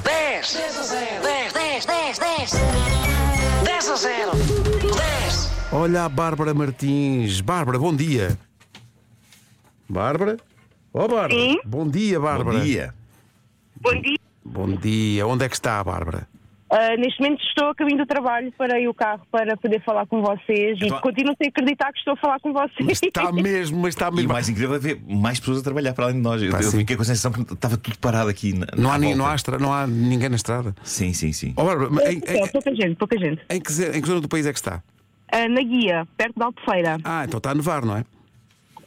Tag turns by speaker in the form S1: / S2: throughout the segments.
S1: 10. 10 a 0. 10, 10, 10, 10. 10 a 0. 10.
S2: Olha a Bárbara Martins. Bárbara, bom dia. Bárbara? Ó, Bárbara.
S3: Sim.
S2: Bom dia, Bárbara.
S4: Bom dia.
S3: Bom dia.
S2: Bom dia. Onde é que está a Bárbara?
S3: Ah, neste momento estou a caminho do trabalho, parei o carro para poder falar com vocês
S4: Então-
S3: e continuo sem acreditar que estou a falar com vocês.
S2: Mas é está mesmo, mas está
S4: E o
S2: mesmo.
S4: mais incrível é ver mais pessoas a trabalhar para além de nós. Eu,
S2: Pá,
S4: eu
S2: sim.
S4: fiquei com a sensação que estava tudo parado aqui. Na,
S2: Não há,
S4: à
S2: ni-
S4: volta.
S2: não, há Oh, estra- não há ninguém na estrada.
S4: Sim, sim, sim.
S2: Ó, Bárbara, mas em,
S3: É,
S2: em-
S3: pouca gente, pouca gente.
S2: em que, ze- em que zona do país é que está?
S3: Ah, na guia, perto da Albufeira.
S2: Ah, então está a nevar, não é?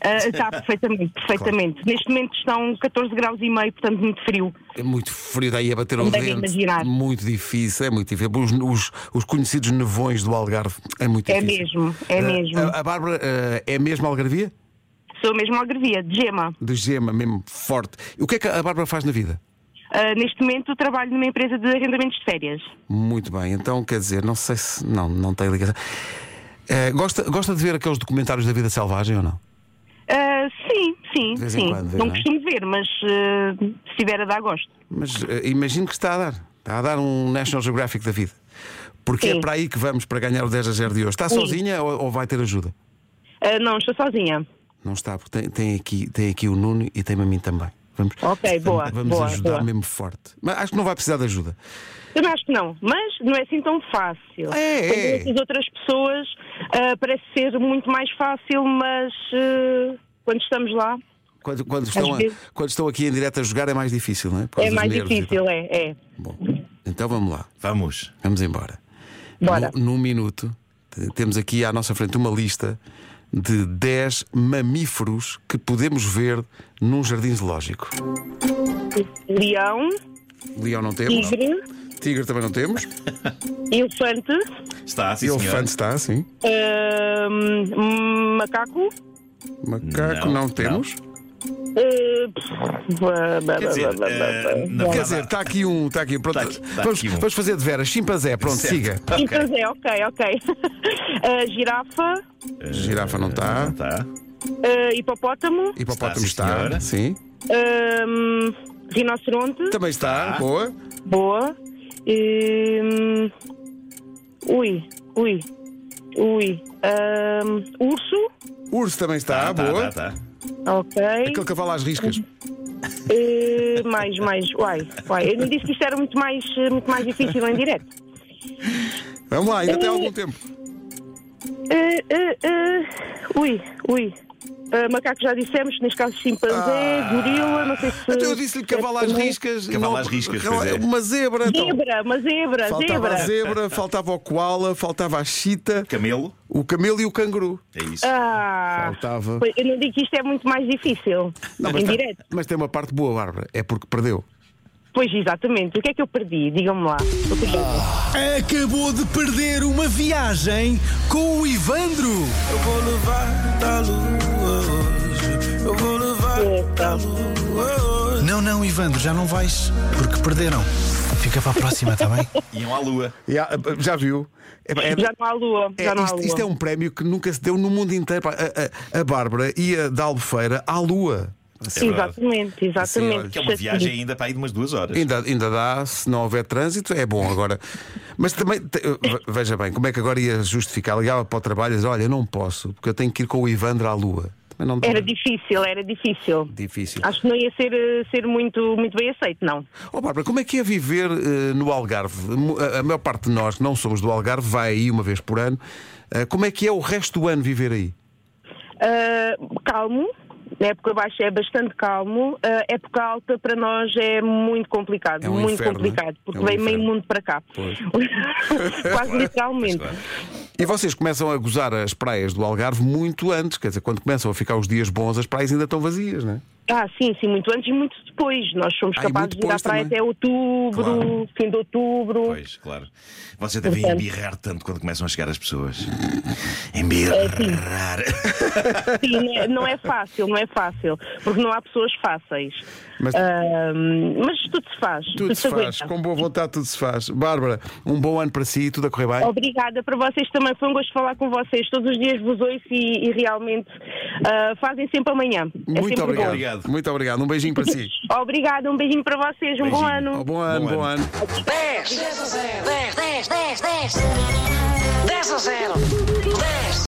S3: Ah, está perfeitamente, perfeitamente. Neste momento estão 14 graus e meio, portanto muito frio.
S2: É muito frio, daí a bater o
S3: Não devem
S2: vento.
S3: imaginar.
S2: Muito difícil, é muito difícil. Os, os- os conhecidos nevões do Algarve é muito
S3: É
S2: difícil.
S3: mesmo, é
S2: Ah,
S3: mesmo.
S2: A, a Bárbara ah, é mesmo algarvia?
S3: Sou mesmo algarvia, de gema.
S2: De gema, mesmo forte. E o que é que a Bárbara faz na vida?
S3: Ah, neste momento trabalho numa empresa de arrendamentos de férias.
S2: Muito bem, então quer dizer, não sei se. Não, não tem ligação. Eh, gosta, gosta de ver aqueles documentários da vida selvagem ou não?
S3: Ah, sim, sim,
S2: De vez em
S3: sim.
S2: quando,
S3: não
S2: não é?
S3: costumo ver, mas ah, se tiver a dar gosto.
S2: Mas eh, imagino que está a dar. Está a dar um National Geographic da vida. Porque é
S3: Sim.
S2: para aí que vamos para ganhar o 10 a 0 de hoje. Está sozinha ou, ou vai ter ajuda?
S3: Ah, não, estou sozinha.
S2: Não está, porque tem, tem aqui, tem aqui o Nuno e tem a mim também. Vamos,
S3: Ok, boa,
S2: vamos
S3: boa,
S2: ajudar
S3: boa.
S2: mesmo forte. Mas acho que não vai precisar de ajuda.
S3: Também acho que não, mas não é assim tão fácil.
S2: É,
S3: Quando
S2: é.
S3: eu vejo as outras pessoas ah, parece ser muito mais fácil, mas ah, quando estamos lá
S2: Quando, quando, estão, a-
S3: vezes.
S2: quando estão aqui em direto a jogar é mais difícil, não é? Por causa
S3: é
S2: dos
S3: mais
S2: nervos e
S3: difícil,
S2: tal.
S3: é, é.
S2: Bom, então vamos lá.
S4: Vamos.
S2: Vamos embora.
S3: Bora.
S2: Num, num minuto, t- temos aqui à nossa frente uma lista de 10 mamíferos que podemos ver num jardim zoológico.
S3: Leão,
S2: Leão não temos.
S3: tigre,
S2: Tigre também não temos.
S3: elefante,
S4: Está, sim, senhor.
S2: Elefante está, sim.
S3: ah, macaco.
S2: Macaco não,
S4: Não,
S2: temos.
S3: ah, pff, blá, blá,
S4: Quer dizer,
S3: blá, blá, blá,
S4: eh,
S3: blá.
S4: na
S2: Quer
S4: verdade,
S2: dizer, está aqui um. Está aqui, pronto.
S4: Está aqui- está
S2: vamos,
S4: aqui um.
S2: vamos fazer de veras. Chimpanzé, pronto,
S4: certo.
S2: siga.
S4: Ok.
S3: Então é, ok, ok. Ah, girafa,
S4: Eh,
S2: Girafa não está.
S4: Não está.
S3: ah, hipopótamo,
S2: Hipopótamo
S4: Está,
S2: está.
S4: sim, senhora.
S2: Sim.
S3: ah, rinoceronte.
S2: Também está.
S4: Está.
S2: Boa.
S3: Boa. Hum, Ui, ui, ui. Hum, urso.
S2: Urso também está.
S4: Tá,
S2: Boa.
S4: tá, tá.
S3: Ok.
S2: Aquele cavalo às riscas.
S3: Eh, mais, mais. Uai, uai. Eu não disse que isto era muito mais, eh, muito mais difícil em direto.
S2: Vamos lá, ainda tem algum tempo.
S3: Eh, eh, eh, ui, ui. Eh, macaco já dissemos, neste caso chimpanzé, gorila, não sei se.
S2: Ah. Então eu disse-lhe cavalo às riscas.
S4: Cavalo às riscas,
S2: não-
S4: pois é.
S2: Uma zebra. então.
S3: Zebra, uma zebra,
S2: Faltava
S3: zebra.
S2: a zebra, faltava o koala, faltava a chita,
S4: Camelo.
S2: o camelo e o canguru.
S4: É isso.
S3: Ah,
S2: Faltava.
S3: eu não digo que isto é muito mais difícil em
S2: tem-
S3: direto.
S2: mas tá- tem uma parte boa, Bárbara. É porque perdeu.
S3: Pois exatamente. O que é que eu perdi? Digam-me lá. Eu perdi.
S2: Ah,
S5: Acabou de perder uma viagem com o Ivandro.
S6: Eu vou levar da lua hoje. Eu vou levar da lua hoje.
S5: Não, não, Ivandro, já não vais, porque perderam. Fica para a próxima, está bem?
S4: Iam à lua.
S2: Já, já viu? É, pá, é-
S3: já não há lua.
S2: é,
S3: já não há
S2: isto,
S3: lua.
S2: isto é um prémio que nunca se deu no mundo inteiro. Pá, A, a- a Bárbara ia da Albufeira à Lua.
S4: É verdade.
S3: Exatamente,
S2: Sim, olha,
S3: exatamente.
S4: Que é uma viagem ainda para aí de umas duas horas.
S2: Ainda, ainda dá, se não houver trânsito, é bom agora. Mas também, te- ve- veja bem, como é que agora ia justificar? Ligava para o trabalho e dizia, olha, não posso, porque eu tenho que ir com o Ivandro à Lua. Também não dá.
S3: Era difícil, era difícil.
S2: difícil.
S3: Acho que não ia ser, eh, ser muito, muito bem aceito, não.
S2: Ó Bárbara, como é que é viver eh, no Algarve? Mu- A, a maior parte de nós que não somos do Algarve vai aí uma vez por ano. Eh, como é que é o resto do ano viver aí?
S3: Ah, calmo, na época baixa é bastante calmo, a época alta para nós é muito complicado,
S2: É um
S3: muito
S2: inferno,
S3: complicado,
S2: não é?
S3: porque
S2: É um
S3: vem meio
S2: inferno.
S3: mundo para cá. Quase literalmente.
S4: Claro.
S2: E vocês começam a gozar as praias do Algarve muito antes, quer dizer, quando começam a ficar os dias bons, as praias ainda estão vazias, não é?
S3: Ah, sim, sim, muito antes e muito depois. Nós somos
S2: Ah, e
S3: capazes
S2: muito
S3: de ir à
S2: depois
S3: praia
S2: também.
S3: até outubro,
S4: Claro.
S3: fim de outubro.
S4: Pois, claro. Vocês devem
S3: Portanto.
S4: embirrar tanto quando começam a chegar as pessoas. Embirrar.
S3: Sim, não é- não é fácil, não é fácil, porque não há pessoas fáceis.
S2: Mas-
S3: Mas, mas tudo se faz.
S2: Tudo se faz,
S3: aguenta.
S2: com boa vontade tudo se faz. Bárbara, um bom ano para si, tudo a correr bem.
S3: Obrigada para vocês também. Foi um gosto falar com vocês. Todos os dias vos ouço e, e realmente ah, fazem sempre amanhã. é
S2: Muito obrigado.
S3: sempre Bom.
S4: Obrigado, obrigado.
S2: Muito obrigado. Um beijinho para si.
S3: Obrigada, um beijinho para vocês, um bom
S4: Beijinho.
S3: ano.
S2: Oh, bom ano,
S4: Bom
S2: bom, ano.
S1: Dez. Dez a zero. Dez, dez, dez, dez. Dez a zero.